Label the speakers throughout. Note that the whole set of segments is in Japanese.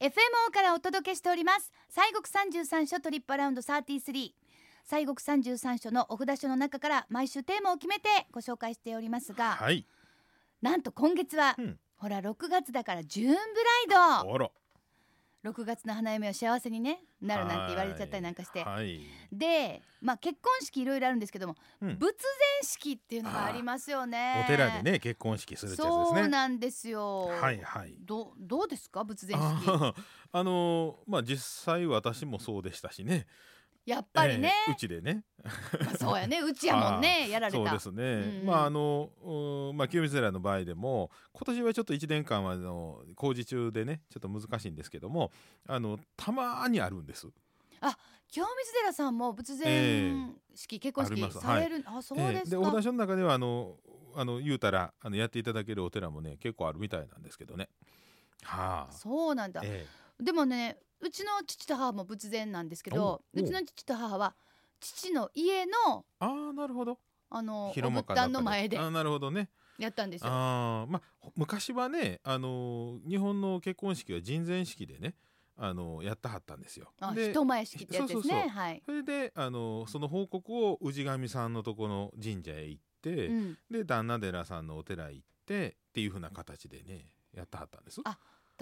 Speaker 1: FMO からお届けしております西国三十三所トリップアラウンド33西国三十三所のお札書の中から毎週テーマを決めてご紹介しておりますが、
Speaker 2: はい。
Speaker 1: なんと今月は、
Speaker 2: うん
Speaker 1: ほら6月だからジューンブライド
Speaker 2: あら。
Speaker 1: 6月の花嫁は幸せにねなるなんて言われちゃったりなんかして、
Speaker 2: はい。
Speaker 1: で、まあ、結婚式いろいろあるんですけども、
Speaker 2: うん
Speaker 1: 仏前式っていうのがありますよね
Speaker 2: お寺でね結婚式するってやつですね。
Speaker 1: そうなんですよ
Speaker 2: はいはい。
Speaker 1: どどうですか仏前式
Speaker 2: あー あのーまあ実際私もそうでしたしね。
Speaker 1: やっぱりね、
Speaker 2: えーうちでね。
Speaker 1: まあ そうやねうちやもんねやられ
Speaker 2: そう
Speaker 1: た
Speaker 2: ですね。
Speaker 1: うん
Speaker 2: まああのうーまあ清水寺の場合でも今年はちょっと一年間はあの工事中でねちょっと難しいんですけどもあのたまーにあるんです。
Speaker 1: 清水寺さんも仏
Speaker 2: え
Speaker 1: 前
Speaker 2: え
Speaker 1: 式、結婚
Speaker 2: あり
Speaker 1: 式
Speaker 2: ます
Speaker 1: される、あそう
Speaker 2: ええ
Speaker 1: です
Speaker 2: で
Speaker 1: か、
Speaker 2: お札所の中ではあのあの言うたらあのやっていただけるお寺もね結構あるみたいなんですけどね。はあ。
Speaker 1: そうなんだ
Speaker 2: え
Speaker 1: でもねうちの父と母も仏前なんですけど
Speaker 2: おう
Speaker 1: うちの父と母は父の家の
Speaker 2: ああなるほど
Speaker 1: あのお
Speaker 2: 広間
Speaker 1: 仏
Speaker 2: か
Speaker 1: 壇の前で
Speaker 2: あーなるほどね
Speaker 1: やったんですよ。
Speaker 2: あーまあほ昔はね、あのー日本の結婚式は人前式でね、あのーやったはったんですよ
Speaker 1: あ
Speaker 2: で
Speaker 1: 人前式ってやつですね。
Speaker 2: そうそうそう
Speaker 1: はい。
Speaker 2: それで、あのーその報告を氏神さんのとこの神社へ行って、
Speaker 1: うん、
Speaker 2: で旦那寺さんのお寺へ行ってっていうふうな形でねやったはったんです
Speaker 1: あ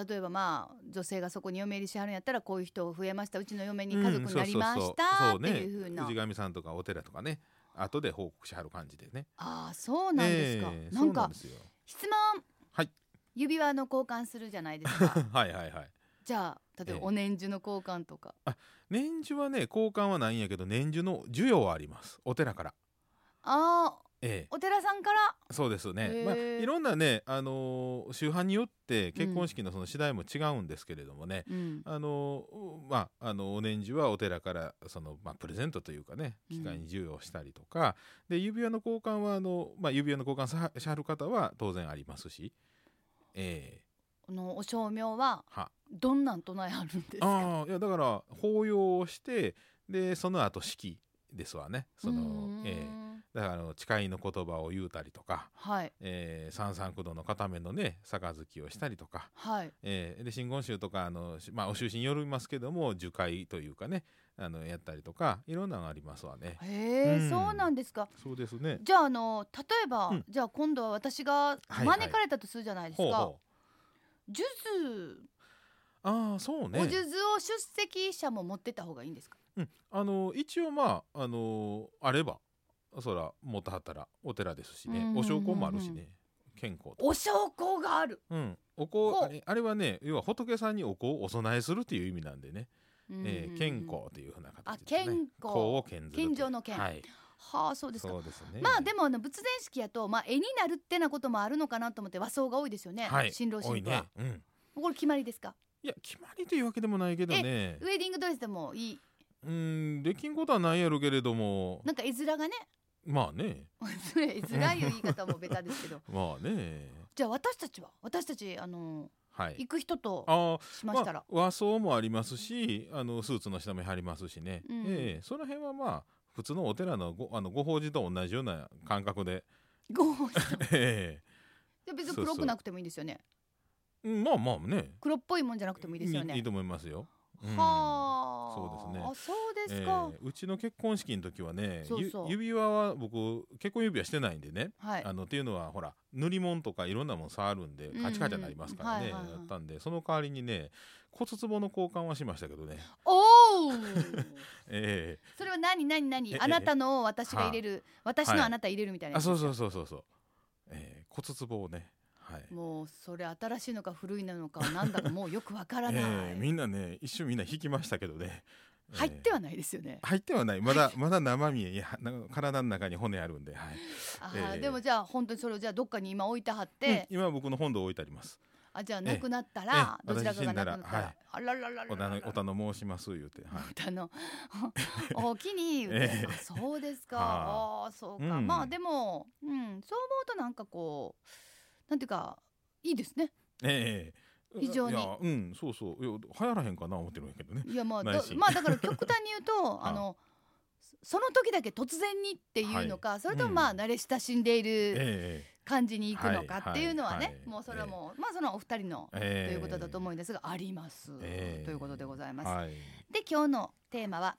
Speaker 1: 例えばまあ女性がそこに嫁入りしはるんやったらこういう人増えましたうちの嫁に家族になりましたっていうふうな、
Speaker 2: 氏神さんとかお寺とかね後で報告しはる感じでね
Speaker 1: ああそうなんですか、
Speaker 2: ええ
Speaker 1: なん
Speaker 2: そう
Speaker 1: か
Speaker 2: ですよ
Speaker 1: 質問
Speaker 2: はい
Speaker 1: 指輪の交換するじゃないです か
Speaker 2: はいはいはい
Speaker 1: じゃあ例えば
Speaker 2: ええ
Speaker 1: お年寿の交換とか、
Speaker 2: 年中はね交換はないんやけど年中の授与はありますお寺から
Speaker 1: ああ
Speaker 2: ええ
Speaker 1: お寺さんから
Speaker 2: そうですね、まあ、
Speaker 1: へえ
Speaker 2: いろんなね、あのー宗派によって結婚式のその次第も違うんですけれどもね、
Speaker 1: うん
Speaker 2: あのーまああのお年次はお寺からその、まあ、プレゼントというかね機械に授与をしたりとか、で指輪の交換はあの、まあ、指輪の交換さしはる方は当然ありますし、ええ
Speaker 1: あのお証明は
Speaker 2: は
Speaker 1: どんなん唱えあるんですか
Speaker 2: ああいやだから法要をしてでその後式ですわねそうの
Speaker 1: ーん、
Speaker 2: ええだからあの誓いの言葉を言うたりとか、
Speaker 1: はい
Speaker 2: えー、三三九度の固めのね杯をしたりとか、
Speaker 1: はい
Speaker 2: えーで真言宗とかあの、しまあ、お修士によりますけども樹海というかねあのやったりとかいろんなのがありますわね。
Speaker 1: へえ、
Speaker 2: うん
Speaker 1: そうなんですか
Speaker 2: そうですね
Speaker 1: じゃああの例えば、
Speaker 2: うん
Speaker 1: じゃあ今度は私が
Speaker 2: いはい
Speaker 1: 招かれたとするじゃないですか、
Speaker 2: ほうほう
Speaker 1: 数
Speaker 2: ああそう
Speaker 1: 珠お数
Speaker 2: ね、
Speaker 1: 珠を出席者も持ってった方がいいんですか
Speaker 2: うん、あの一応まああのあればそら持ってはったらお寺ですし
Speaker 1: うんうんうん
Speaker 2: ね
Speaker 1: うん
Speaker 2: お証拠もあるしね健康と、
Speaker 1: お証拠がある、
Speaker 2: うん、お香
Speaker 1: ほう
Speaker 2: あれあれはね要は仏さんにお香をお供えするという意味なんでね、えー健
Speaker 1: うんうんうん
Speaker 2: 康というふうな
Speaker 1: あ
Speaker 2: 形で、ね、
Speaker 1: 健康
Speaker 2: 香を献ずるという
Speaker 1: 健常の健
Speaker 2: はい
Speaker 1: はあそうですか
Speaker 2: そうですね。
Speaker 1: まあでもあの仏前式やと、まあ、絵になるってなこともあるのかなと思って和装が多いですよね、
Speaker 2: はい、
Speaker 1: 新郎
Speaker 2: 多
Speaker 1: 新
Speaker 2: い
Speaker 1: 婦は、
Speaker 2: ね。うん。
Speaker 1: これ決まりですか
Speaker 2: いや決まりというわけでもないけどね
Speaker 1: ウ。ェディングドレスでもいい
Speaker 2: うん、できんことはないやろけれども、
Speaker 1: なんか絵面がね
Speaker 2: まあね、
Speaker 1: 絵面いう言い方もベタですけ ど
Speaker 2: まあね、
Speaker 1: じゃあ私たちは私たちあの
Speaker 2: はい。
Speaker 1: 行く人と
Speaker 2: あ
Speaker 1: し
Speaker 2: あ、
Speaker 1: ま
Speaker 2: ま
Speaker 1: したら
Speaker 2: あ、、和装もありますし、あのスーツの下も貼りますしね。
Speaker 1: うん
Speaker 2: ええその辺はまあ普通のお寺のごあのご法事と同じような感 覚で、
Speaker 1: ご 本人
Speaker 2: え
Speaker 1: で別に黒くなくてもいいんですよね
Speaker 2: えうんまあまあね。
Speaker 1: 黒っぽいもんじゃなくてもいいですよね
Speaker 2: いいと思いますよ。う
Speaker 1: は
Speaker 2: ん
Speaker 1: あ
Speaker 2: そうですね
Speaker 1: あそうですか、
Speaker 2: ええうちの結婚式の時はね
Speaker 1: そうそう
Speaker 2: ゆ指輪は僕結婚指輪してないんでね、
Speaker 1: はい
Speaker 2: あのっていうのはほら塗り物とかいろんなもの触るんで
Speaker 1: うん
Speaker 2: カチカチになりますからね、
Speaker 1: はいはいはい
Speaker 2: やったんでその代わりにね骨壺の交換はしましたけどね、
Speaker 1: おお
Speaker 2: え
Speaker 1: それは何何何
Speaker 2: ええ
Speaker 1: あなたのを私が入れる私のあなた入れるみたい
Speaker 2: え
Speaker 1: な
Speaker 2: あ
Speaker 1: やつ、
Speaker 2: そうそうそうそうそう、ええ骨壺をねはい、
Speaker 1: もうそれ新しいのか古いのかなんだか もうよくわからない、
Speaker 2: ええみんなね一瞬みんな引きましたけどね、ええ
Speaker 1: 入ってはないですよね、
Speaker 2: 入ってはないまだまだ生身いやな体の中に骨あるんで、はい
Speaker 1: あ
Speaker 2: え
Speaker 1: あ
Speaker 2: え
Speaker 1: でもじゃあ本当にそれをじゃあどっかに今置いてはっ
Speaker 2: うん
Speaker 1: て、
Speaker 2: 今は僕の本堂を置いてあります
Speaker 1: あじゃあ
Speaker 2: え
Speaker 1: なくなったら、
Speaker 2: ええ
Speaker 1: どちらかがなくなった
Speaker 2: 私死ん
Speaker 1: ら、
Speaker 2: だらはい
Speaker 1: あらららら
Speaker 2: お
Speaker 1: ら
Speaker 2: た
Speaker 1: ら
Speaker 2: おたの申します言うて、はい、
Speaker 1: あの おおきに言うて、
Speaker 2: え
Speaker 1: あ
Speaker 2: え
Speaker 1: そうですか、
Speaker 2: は
Speaker 1: ああそうか、
Speaker 2: うん
Speaker 1: まあでも、うん、そう思うとなんかこうなんていうかいいですね
Speaker 2: ええ
Speaker 1: 非常に
Speaker 2: いやうんそうそういや流行らへんかな思ってるんやけどね
Speaker 1: いやまあだ
Speaker 2: ないし
Speaker 1: まあだから極端に言う と
Speaker 2: あ
Speaker 1: あのそその時だけ突然にっていうのか、それとも
Speaker 2: うん
Speaker 1: まあ慣れ親しんでいる
Speaker 2: え
Speaker 1: 感じに行くのか
Speaker 2: はい
Speaker 1: っていうのはね、
Speaker 2: はい
Speaker 1: もうそれはもう、まあそのお二人の
Speaker 2: と
Speaker 1: ということだと
Speaker 2: い
Speaker 1: 思うんですが、あります、
Speaker 2: ええ
Speaker 1: ということでございま。
Speaker 2: ますはい、
Speaker 1: で今日のテーマは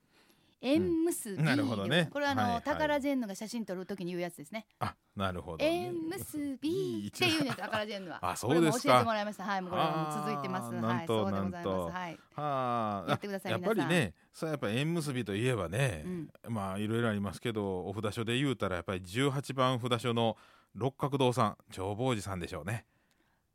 Speaker 1: 縁結びで
Speaker 2: うん
Speaker 1: ござ
Speaker 2: ないる
Speaker 1: ます、
Speaker 2: ほどね
Speaker 1: これはあの、
Speaker 2: はいはい
Speaker 1: 宝ジェンヌが写真撮るときに言うやつですね。
Speaker 2: あなるほど、ね
Speaker 1: 縁、結びっていうね宝ジェンヌは。
Speaker 2: あそうです
Speaker 1: これも教え
Speaker 2: か
Speaker 1: てもらいました。はい、もうこれはもう続いてます。
Speaker 2: あ
Speaker 1: は、
Speaker 2: ーないんと
Speaker 1: そうでござい
Speaker 2: なん
Speaker 1: ま
Speaker 2: と
Speaker 1: す。はい、
Speaker 2: はあ
Speaker 1: やってください
Speaker 2: やっぱり
Speaker 1: 皆さ
Speaker 2: ねそうやっぱ縁結びといえばね、
Speaker 1: うん
Speaker 2: まあいろいろありますけどお札所で言うたらやっぱり18番札所の六角堂さん長坊寺さんでしょうね。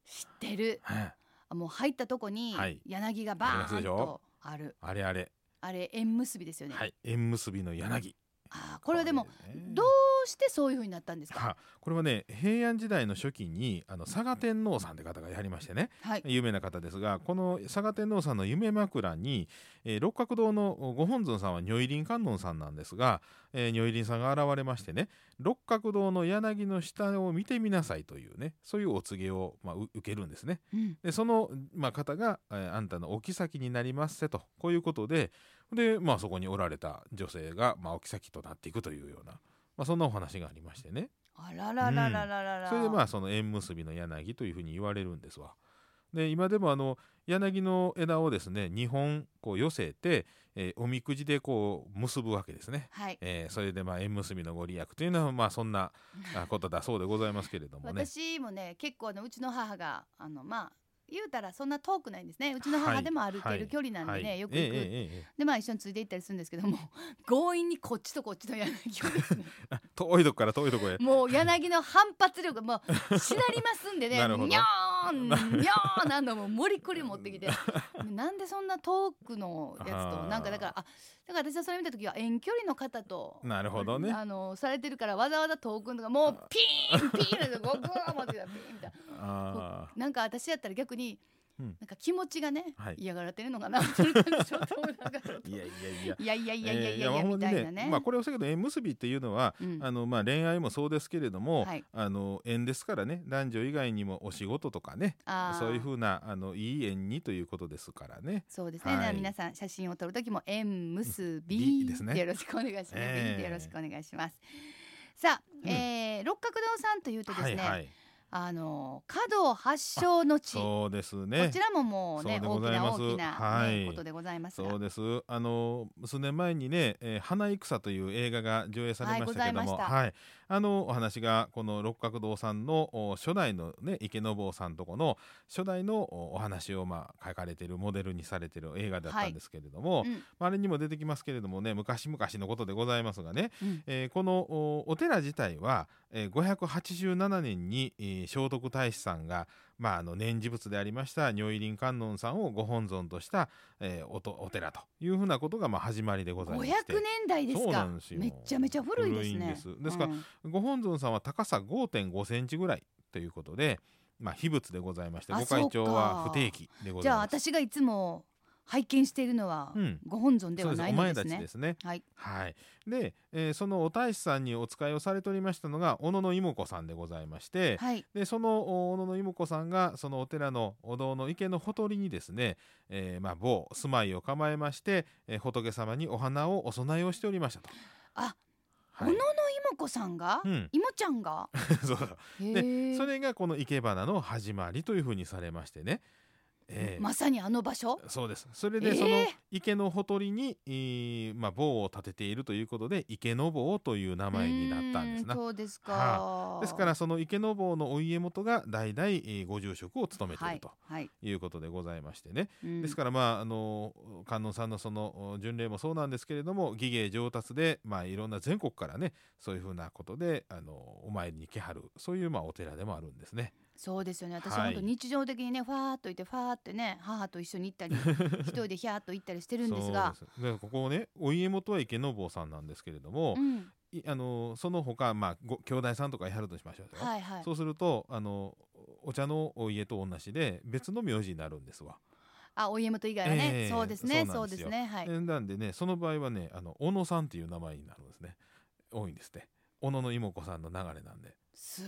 Speaker 1: 知ってる。
Speaker 2: はい
Speaker 1: あもう入ったとこに
Speaker 2: はい
Speaker 1: 柳がバーンとある。
Speaker 2: あれあれ、
Speaker 1: あれ縁結びですよね。
Speaker 2: はい、縁結びの柳
Speaker 1: あーこれはでも
Speaker 2: ね
Speaker 1: どうしてそういう風になったんですか。
Speaker 2: はこれはね平安時代の初期にあの佐賀天皇さんって方がやりましてね
Speaker 1: はい。
Speaker 2: 有名な方ですがこの佐賀天皇さんの夢枕に、えー六角堂のご本尊さんは如意輪観音さんなんですが、えー如意輪さんが現れましてね六角堂の柳の下を見てみなさいというねそういうお告げを、まあ、う受けるんですね。
Speaker 1: うん。
Speaker 2: でその、まあ、方が、えーあんたのお妃になりますせ」とこういうことでで、まあ、そこにおられた女性が、まあ、お妃となっていくというような、まあ、そんなお話がありましてね
Speaker 1: あららららららら。
Speaker 2: それでまあその縁結びの柳というふうに言われるんですわ。で今でもあの柳の枝をですね2本こう寄せて、えーおみくじでこう結ぶわけですね。
Speaker 1: はい。
Speaker 2: えーそれでまあ縁結びのご利益というのはまあそんなあことだそうでございますけれどもね。
Speaker 1: 私もね結構あのうちの母があのまあ言うたらそんな遠くないんですねうちの
Speaker 2: は
Speaker 1: 母
Speaker 2: い
Speaker 1: でも歩ける距離なんでね、
Speaker 2: はい
Speaker 1: よく行く、
Speaker 2: ええええええ
Speaker 1: でまあ一緒について行ったりするんですけども 強引にこっちとこっちの柳をです ね
Speaker 2: 遠いとこから遠いとこへ
Speaker 1: もう柳の反発力がもうしなりますんでね
Speaker 2: なるほど
Speaker 1: にゃー んにゃーんなんのもう無理くり持ってきてなんでそんな遠くのやつ
Speaker 2: あ
Speaker 1: と
Speaker 2: ー
Speaker 1: なんかだからあだから私はそれ見た時は遠距離の方と
Speaker 2: なるほどね。
Speaker 1: あのされてるからわざわざ遠くのがもうピーンピーンでゴクーン持ってきたピーンみたいな。
Speaker 2: あ
Speaker 1: なんか私やったら逆に、
Speaker 2: うん
Speaker 1: なんか気持ちがね、
Speaker 2: はい
Speaker 1: 嫌がられてるのかなちょっとなんかちょっと
Speaker 2: ーいやいやいや。
Speaker 1: いやい やいやいやい
Speaker 2: えー
Speaker 1: やい
Speaker 2: まあ
Speaker 1: や
Speaker 2: ほ
Speaker 1: み
Speaker 2: んで
Speaker 1: たいなね。
Speaker 2: まあこれをせけど縁結びっていうのは、
Speaker 1: うん
Speaker 2: あのまあ恋愛もそうですけれども、
Speaker 1: はい
Speaker 2: あの縁ですからね男女以外にもお仕事とかね
Speaker 1: あー
Speaker 2: そういうふうなあのいい縁にということですからね。
Speaker 1: そうですね、
Speaker 2: はい
Speaker 1: では皆さん写真を撮る時も縁結
Speaker 2: び
Speaker 1: び
Speaker 2: ですね
Speaker 1: よろしくお願いします、
Speaker 2: ええ
Speaker 1: びでよろしくお願いしますさあ、
Speaker 2: うん
Speaker 1: えー六角堂さんというとですね、
Speaker 2: はいはい、
Speaker 1: あの華道発祥の地こ
Speaker 2: そうですね
Speaker 1: ちらももうね
Speaker 2: そうで
Speaker 1: 大
Speaker 2: ご
Speaker 1: き
Speaker 2: ざい
Speaker 1: な
Speaker 2: ま
Speaker 1: 大
Speaker 2: す
Speaker 1: きな、ね
Speaker 2: はい
Speaker 1: ことでございますが
Speaker 2: そうですあの数年前にね「えー花戦」という映画が上映されましたけ
Speaker 1: は
Speaker 2: ども、
Speaker 1: いございました
Speaker 2: はいあのお話がこの六角堂さんのお初代のね池坊さんとこの初代のおお話をまあ書かれてるモデルにされてる映画だったんですけれども、
Speaker 1: うん
Speaker 2: まああれにも出てきますけれどもね昔々のことでございますがね、
Speaker 1: うん
Speaker 2: えーこのおお寺自体は、えー587年に、えー聖徳太子さんが、まあ、あの念事仏でありました如意輪観音さんをご本尊とした、えーおとお寺というふうなことが、まあ、始まりでございま
Speaker 1: 500
Speaker 2: して
Speaker 1: 年代です
Speaker 2: そうな
Speaker 1: か
Speaker 2: んですよ
Speaker 1: めっちゃめちゃ古いです
Speaker 2: 古いん
Speaker 1: ね
Speaker 2: ですですから
Speaker 1: うん
Speaker 2: ご本尊さんは高さ5.5センチぐらいということで、まあ、秘仏でございまして
Speaker 1: あ
Speaker 2: ご会長は
Speaker 1: そうか
Speaker 2: 不定期でご
Speaker 1: じ
Speaker 2: ざい
Speaker 1: ゃあ
Speaker 2: ます。
Speaker 1: 私がいつも拝見しているのは、
Speaker 2: うん
Speaker 1: ご本尊で
Speaker 2: そう
Speaker 1: は
Speaker 2: です
Speaker 1: な
Speaker 2: お
Speaker 1: いの
Speaker 2: 前
Speaker 1: です
Speaker 2: たち
Speaker 1: ね。
Speaker 2: ですね。
Speaker 1: はい。
Speaker 2: はい、で、えーそのお太子さんにお使いをされておりましたのが小野の妹子さんでございまして、
Speaker 1: はい。
Speaker 2: でそのお小野の妹子さんがそのお寺のお堂の池のほとりにですね、えーまあ、某住まいを構えまして、えー仏様にお花をお供えをしておりましたと。
Speaker 1: あ、
Speaker 2: はい
Speaker 1: 小野の妹子さんが、
Speaker 2: うん、
Speaker 1: 妹ちゃんが、
Speaker 2: そうそう
Speaker 1: へえ
Speaker 2: それがこの生け花の始まりというふうにされましてね、えー
Speaker 1: まさにあの場所。
Speaker 2: そうですそれ
Speaker 1: え
Speaker 2: で
Speaker 1: ー
Speaker 2: その池のほとりに、えーまあ、棒を立てているということで池の棒という名前になったんです
Speaker 1: うー
Speaker 2: な。
Speaker 1: そうですか、
Speaker 2: ですからその池坊のお家元が代々えーご住職を務めてい
Speaker 1: は
Speaker 2: る
Speaker 1: い
Speaker 2: と
Speaker 1: はい。
Speaker 2: いうことでございましてね、
Speaker 1: うん
Speaker 2: ですからまああの観音さんのそのお巡礼もそうなんですけれども技芸上達でまあいろんな全国からねそういうふうなことであのお参りに来はるそういうまあお寺でもあるんですね。
Speaker 1: そうですよね。私
Speaker 2: は
Speaker 1: はい本当日常的にね、ファーっといてファーってね、母と一緒に行った り、一人でヒャーっと行ったりしてるんですが、
Speaker 2: そうですでここねお家元は池坊さんなんですけれども、
Speaker 1: うん、
Speaker 2: いあのその他まあご兄弟さんとかいはるとしましょうよ、
Speaker 1: はいはい。
Speaker 2: そうするとあのお茶のお家と同じで別の名字になるんですわ。
Speaker 1: あ、お家元以外はね、
Speaker 2: ええ
Speaker 1: そうですね、
Speaker 2: そうな
Speaker 1: そ
Speaker 2: ん
Speaker 1: う
Speaker 2: で
Speaker 1: ですす
Speaker 2: よ
Speaker 1: ね、はい。
Speaker 2: えーなんでねその場合はねあの小野さんっていう名前になるんですね多いんですって小野の妹子さんの流れなんです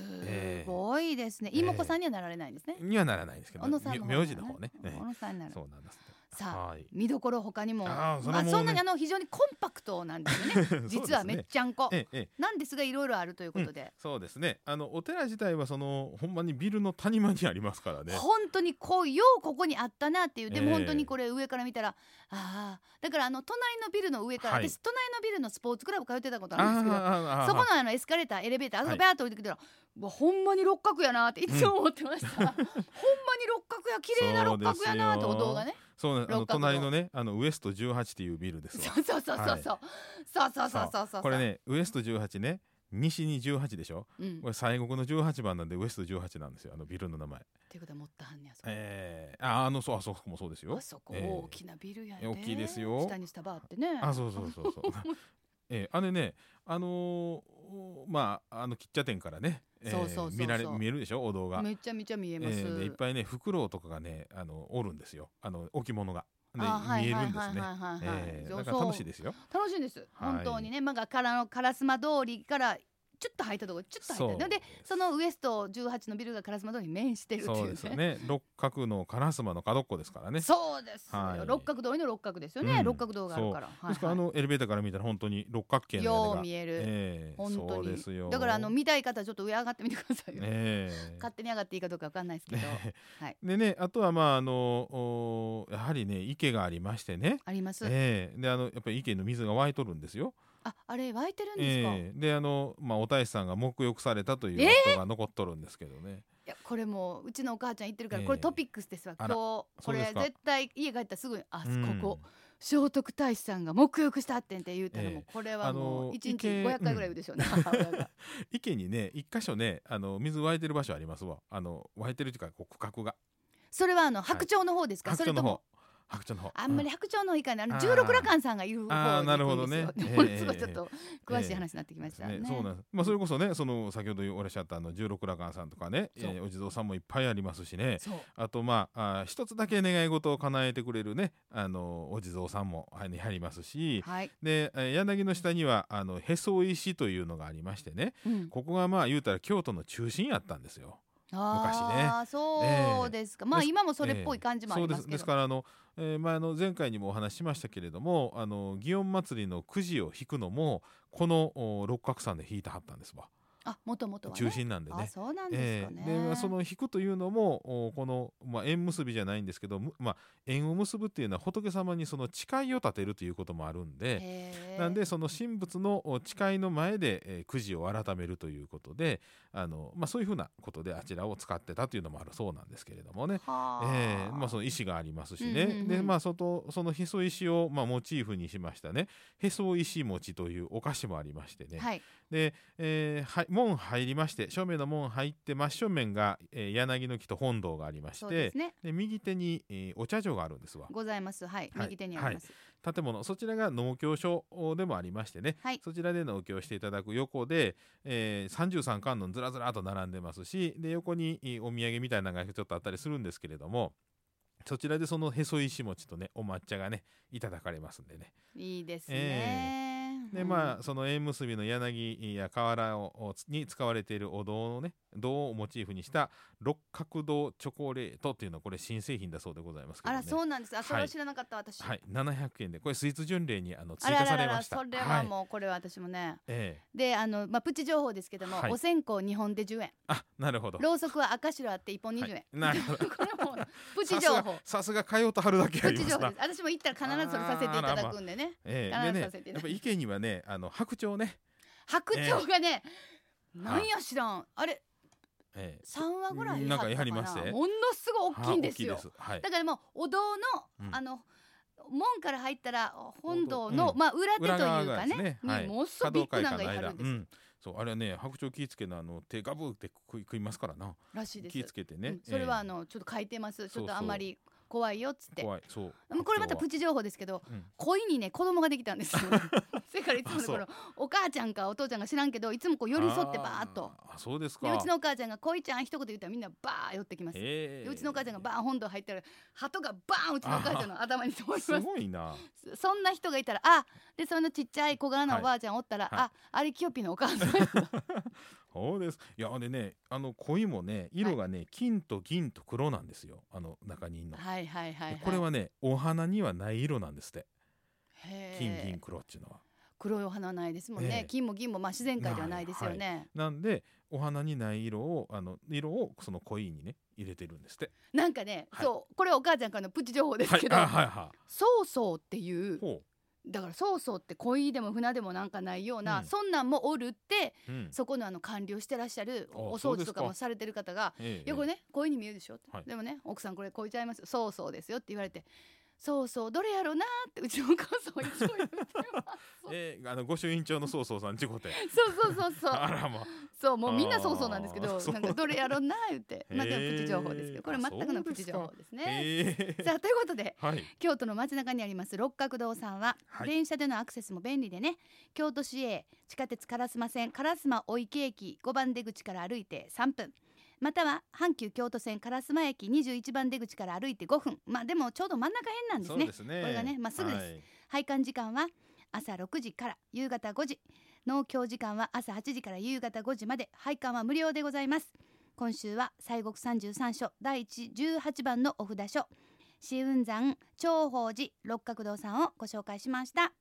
Speaker 1: ごいですね。
Speaker 2: ええ
Speaker 1: 妹子さんにはなられないんですね。
Speaker 2: にはならないんですけど
Speaker 1: 小野さんの方
Speaker 2: 名字の方ね、え
Speaker 1: 小野さんにな
Speaker 2: え
Speaker 1: る。
Speaker 2: そうなんですって
Speaker 1: さあ
Speaker 2: はい
Speaker 1: 見どころ他にも
Speaker 2: あーそれ
Speaker 1: まあ
Speaker 2: も
Speaker 1: そんな
Speaker 2: ね
Speaker 1: にあの非常にコンパクトなん ですよね実はめっちゃんこ、
Speaker 2: ええええ
Speaker 1: なんですがいろいろあるということで、
Speaker 2: そうですねあのお寺自体はそのほんまにビルの谷間にありますからね
Speaker 1: 本当にこうようここにあったなっていうで
Speaker 2: え
Speaker 1: も
Speaker 2: え
Speaker 1: 本当にこれ上から見たら、ああだからあの隣のビルの上から、
Speaker 2: はい
Speaker 1: 私隣のビルのスポーツクラブ通ってたこと
Speaker 2: あ
Speaker 1: あるんですけど
Speaker 2: ーあー
Speaker 1: そこ
Speaker 2: あ
Speaker 1: のあのエスカレーターエレベーターあそこ
Speaker 2: はい
Speaker 1: バーッと降りてきたら、うわほんまに六角やなっていつも思ってました、ほんまに六角や綺麗な六角やなってお堂がね
Speaker 2: ーそうねあの
Speaker 1: 六角の
Speaker 2: 隣のねあのウエスト18っていうビルですわ
Speaker 1: そうそうそうそうそうそうそうそうそうそう
Speaker 2: これ、ねウエスト18ね西に18でしょ
Speaker 1: うん、っ
Speaker 2: これ西国の18番なんでウエスト18なんですよあのビルの名前
Speaker 1: ていうことは持ったはんねやそこ、
Speaker 2: えー、ああのそうあそこもそうですよ
Speaker 1: あそこ
Speaker 2: ええ
Speaker 1: 大きなビルやで、
Speaker 2: ええ大きいですよ
Speaker 1: 下にしたバーってね
Speaker 2: あそうそうそうそう えー、あれねあのーおまああの喫茶店からね、えー
Speaker 1: そうそうそうそう
Speaker 2: 見られ見えるでしょお堂が
Speaker 1: めっちゃめちゃ見え
Speaker 2: え
Speaker 1: ます、
Speaker 2: ーでいっぱいねフクロウとかがねあのおるんですよあの置物が、ね
Speaker 1: あはい
Speaker 2: 見え
Speaker 1: はい
Speaker 2: るんで
Speaker 1: は
Speaker 2: す
Speaker 1: い
Speaker 2: ね
Speaker 1: はいはいはい
Speaker 2: えー
Speaker 1: そう
Speaker 2: だから楽しい
Speaker 1: そう
Speaker 2: ですよ
Speaker 1: 楽しいんです、
Speaker 2: はい
Speaker 1: 本当にねまあからの烏丸通りからちょっと入ったところちょっと入った
Speaker 2: そう
Speaker 1: のでそのウエスト18のビルが烏丸通りに面してるって
Speaker 2: そう
Speaker 1: い
Speaker 2: です
Speaker 1: う
Speaker 2: よ
Speaker 1: ね
Speaker 2: ね六角の烏丸の角っこですからね
Speaker 1: そうですよ、
Speaker 2: はい
Speaker 1: 六角通りの六角ですよね、
Speaker 2: うん
Speaker 1: 六角堂があるから、はいはい
Speaker 2: ですからあのエレベーターから見たら本当に六角形の屋根
Speaker 1: よう
Speaker 2: が
Speaker 1: 見える、
Speaker 2: ええ
Speaker 1: 本当
Speaker 2: そう
Speaker 1: に
Speaker 2: ですよ
Speaker 1: だからあの見たい方はちょっと上上がってみてくださいよ、
Speaker 2: ええ
Speaker 1: 勝手に上がっていいかどうかわかんないですけど、
Speaker 2: ね
Speaker 1: はい
Speaker 2: でねあとはまああのおやはりね池がありましてね
Speaker 1: あります、
Speaker 2: ええであのやっぱり池の水が湧いとるんですよ。
Speaker 1: ああれ湧いてるんですか、
Speaker 2: ええであの、まあ、お大師さんが沐浴されたという
Speaker 1: ええ
Speaker 2: 跡が残っとるんですけどね。
Speaker 1: いやこれもううちのお母ちゃん言ってるから、
Speaker 2: ええ
Speaker 1: これトピックスですわ今
Speaker 2: あ
Speaker 1: 日
Speaker 2: ら
Speaker 1: こ
Speaker 2: そうで
Speaker 1: れ
Speaker 2: すか
Speaker 1: 絶対家帰ったらすぐにあ
Speaker 2: うん
Speaker 1: ここ聖徳太子さんが沐浴したってんって言うたら
Speaker 2: ええ
Speaker 1: もうこれはも
Speaker 2: あ
Speaker 1: う
Speaker 2: の
Speaker 1: 一日
Speaker 2: 池
Speaker 1: 500回ぐらい言うでしょ うね、 母親が
Speaker 2: 池にね一箇所ねあの水湧いてる場所ありますわあの湧いてるというかこう区画が
Speaker 1: それはあの白鳥の方ですか、
Speaker 2: 白
Speaker 1: それ
Speaker 2: 鳥
Speaker 1: と
Speaker 2: の
Speaker 1: も
Speaker 2: 方白鳥の方
Speaker 1: あんまり白鳥の方以下にあの
Speaker 2: あー
Speaker 1: 十六羅漢さんがいる方
Speaker 2: あー
Speaker 1: に
Speaker 2: なる
Speaker 1: 行く
Speaker 2: ほど
Speaker 1: んです
Speaker 2: ね
Speaker 1: よ。も
Speaker 2: ええ
Speaker 1: のすごい
Speaker 2: ええ
Speaker 1: ちょっと詳しい話になってきましたね。
Speaker 2: そうなんです。まあそれこそね、その先ほどおっしゃったあの十六羅漢さんとかね、え
Speaker 1: そう
Speaker 2: ーお地蔵さんもいっぱいありますしね。
Speaker 1: そう
Speaker 2: あとまああー一つだけ願い事を叶えてくれるね、あのお地蔵さんもあのありますし、
Speaker 1: はい、
Speaker 2: でえー柳の下にはあのへそ石というのがありましてね、
Speaker 1: うん、
Speaker 2: ここがまあ言うたら京都の中心やったんですよ。
Speaker 1: あーそうですか、まあ
Speaker 2: です
Speaker 1: 今もそれっぽい感じもあ
Speaker 2: そ
Speaker 1: り
Speaker 2: うで
Speaker 1: ます
Speaker 2: す。
Speaker 1: け
Speaker 2: で
Speaker 1: ど
Speaker 2: すからあの、えー前あの前回にもお話ししましたけれども、あの祇園祭りのくじを引くのもこのお六角山で引いてはったんですわ。
Speaker 1: あもともとはね
Speaker 2: 中心なんでね
Speaker 1: あ。そうなんです
Speaker 2: え
Speaker 1: かね、
Speaker 2: えでまあその引くというのもおこの、まあ、縁結びじゃないんですけど、むまあ、縁を結ぶっていうのは仏様にその誓いを立てるということもあるんで
Speaker 1: へー
Speaker 2: なんでその神仏のお誓いの前で、えー、くじを改めるということであの、まあ、そういうふうなことであちらを使ってたというのもあるそうなんですけれどもね。
Speaker 1: はあ
Speaker 2: ええまあ、その石がありますしね、
Speaker 1: うんうんうん
Speaker 2: でまあそのそのへそ石を、まあ、モチーフにしましたねへそ石餅というお菓子もありましてね、
Speaker 1: はい
Speaker 2: で、えーはい、門入りまして正面の門入って真正面が、えー柳の木と本堂がありまし
Speaker 1: そう
Speaker 2: て
Speaker 1: ですね
Speaker 2: で右手に、えーお茶城があるんですわ
Speaker 1: ございますはい、
Speaker 2: はい
Speaker 1: 右手にあります、
Speaker 2: 建物そちらが農協所でもありましてね、
Speaker 1: はい
Speaker 2: そちらで農協していただく横で、えー、33観音ずらずらっと並んでますしで横にえーお土産みたいなのがちょっとあったりするんですけれどもそちらでそのへそ石餅とねお抹茶がねいただかれますんでね
Speaker 1: いいですね、
Speaker 2: で
Speaker 1: うん
Speaker 2: まあその縁結びの柳や瓦をに使われているお堂のね堂をモチーフにした六角堂チョコレートっていうのはこれ新製品だそうでございますけ
Speaker 1: あ
Speaker 2: ど、ね、
Speaker 1: らそうなんですあそれは
Speaker 2: はい
Speaker 1: 知らなかった、私、
Speaker 2: はい700円でこれスイーツ巡礼にあの追
Speaker 1: あら
Speaker 2: 加
Speaker 1: ら
Speaker 2: さ
Speaker 1: ら
Speaker 2: れ
Speaker 1: ら
Speaker 2: ました
Speaker 1: それ
Speaker 2: は
Speaker 1: はいもうこれは私もね
Speaker 2: ええ
Speaker 1: であのまあプチ情報ですけども、
Speaker 2: はい
Speaker 1: お線香2本で10円
Speaker 2: あなるほど
Speaker 1: ろうそくは赤白あって1本20円、
Speaker 2: はいなるほ ど
Speaker 1: これもうプチ情報
Speaker 2: さすが通うと春だけあ
Speaker 1: プ
Speaker 2: り
Speaker 1: チ情
Speaker 2: ます
Speaker 1: 報
Speaker 2: な
Speaker 1: です、私も行ったら必ずそれさせていただくんでね
Speaker 2: え
Speaker 1: あらま
Speaker 2: えで
Speaker 1: あ必
Speaker 2: ね
Speaker 1: ずさせていただき
Speaker 2: やっぱ池にはねあの白鳥ね、
Speaker 1: 白鳥がね、なんや知らんあれ
Speaker 2: ええ
Speaker 1: 3話ぐらい
Speaker 2: なんかやり
Speaker 1: あった
Speaker 2: まし
Speaker 1: な
Speaker 2: て
Speaker 1: ものすごい大きいんですよ
Speaker 2: あ大きいですはい
Speaker 1: だからもうお堂の、
Speaker 2: うん
Speaker 1: あの門から入ったら本堂
Speaker 2: 本
Speaker 1: の、
Speaker 2: 堂うん
Speaker 1: まあ裏手とい
Speaker 2: 裏側
Speaker 1: う
Speaker 2: が
Speaker 1: か
Speaker 2: で
Speaker 1: ね
Speaker 2: すねはい
Speaker 1: にものすごいビッグなんかいは
Speaker 2: 華道
Speaker 1: るん
Speaker 2: 会館
Speaker 1: です、
Speaker 2: うんそうあれはね白鳥気ぃつけのあの手ガブって食い食いますからな
Speaker 1: らしいです
Speaker 2: 気ぃつけてね、
Speaker 1: うんそれはあ
Speaker 2: え
Speaker 1: のちょっと書いてますちょっ
Speaker 2: そうそ
Speaker 1: と
Speaker 2: う
Speaker 1: あんまり怖いよっつっ
Speaker 2: え
Speaker 1: て
Speaker 2: 怖いそう
Speaker 1: うんこれまたプ
Speaker 2: チ、
Speaker 1: チ情報ですけど
Speaker 2: うん
Speaker 1: 恋にね子供ができたん ですよそれからいつもの
Speaker 2: あそう
Speaker 1: 頃お母ちゃんかお父ちゃんが知らんけどいつもこう寄り添ってバーっと
Speaker 2: あーあそうです
Speaker 1: で
Speaker 2: か
Speaker 1: うちのお母ちゃんが「恋ちゃん」一言言ったらみんなバー寄ってきます
Speaker 2: え
Speaker 1: で
Speaker 2: え
Speaker 1: うちのお母ちゃんがバーン本堂入ったら鳩がバーンうちのお母ちゃんの頭に通ります
Speaker 2: ごいな
Speaker 1: すそんな人がいたらあでそのちっちゃい小柄なおばあちゃんおったら、
Speaker 2: はいはい
Speaker 1: ああれキヨピーのお母さん
Speaker 2: あそうですいやでねあの鯉もね色がね、金と銀と黒なんですよあの中人の、
Speaker 1: はいはいはい、はい、
Speaker 2: でこれはねお花にはない色なんですって
Speaker 1: へー
Speaker 2: 金銀黒っていうのは。
Speaker 1: 黒いお花はないですもんね、
Speaker 2: ええ
Speaker 1: 金も銀もまあ自然界ではないですよね
Speaker 2: なんでお花にない色をあの色をそのコインにね入れてるんですって。
Speaker 1: なんかね、
Speaker 2: はい
Speaker 1: そうこれお母ちゃんからのプチ情報です
Speaker 2: はい
Speaker 1: けど、
Speaker 2: あはいは
Speaker 1: そうそうっていう
Speaker 2: い。ほ
Speaker 1: だからそうそうって恋でも船でもなんかないような、
Speaker 2: うん
Speaker 1: そんなんもおるって
Speaker 2: う。うん。
Speaker 1: そこのあの完了してらっしゃるお
Speaker 2: あ
Speaker 1: お
Speaker 2: そ
Speaker 1: 掃
Speaker 2: うで
Speaker 1: 除
Speaker 2: す
Speaker 1: と
Speaker 2: か
Speaker 1: かもされてる方が
Speaker 2: ええ
Speaker 1: よく。ね恋に見えるでしょって、
Speaker 2: はい
Speaker 1: でもね奥さんこれ恋ちゃいますよそうそうですよって言われてそうそうどれやろうなってうちのお母さんはいつも 言ってます
Speaker 2: ええあの御朱印帳の曹操さん事故で。
Speaker 1: そうそうそう そう
Speaker 2: あらまあ。
Speaker 1: そうもうみんなそうそうなんですけ
Speaker 2: あ
Speaker 1: ど
Speaker 2: ーそう
Speaker 1: なんかどれやろうな言ってまあ
Speaker 2: へ
Speaker 1: で
Speaker 2: ー
Speaker 1: もプチ情報ですけどこれ全くのプチ情報ですね。
Speaker 2: ええ
Speaker 1: さあということで
Speaker 2: はい。
Speaker 1: 京都の街中にあります六角堂さんは、
Speaker 2: はい
Speaker 1: 電車でのアクセスも便利でね京都市営地下鉄烏丸線烏丸御池駅5番出口から歩いて3分または阪急京都線烏丸駅21番出口から歩いて5分まあでもちょうど真ん中辺なんです
Speaker 2: そう
Speaker 1: ね
Speaker 2: ですね。
Speaker 1: これがねまっすぐです
Speaker 2: はい
Speaker 1: 配管時間は朝6時から夕方5時農協時間は朝8時から夕方5時まで配管は無料でございます今週は西国三十三所第一十八番のお札書紫雲山長宝寺六角堂さんをご紹介しました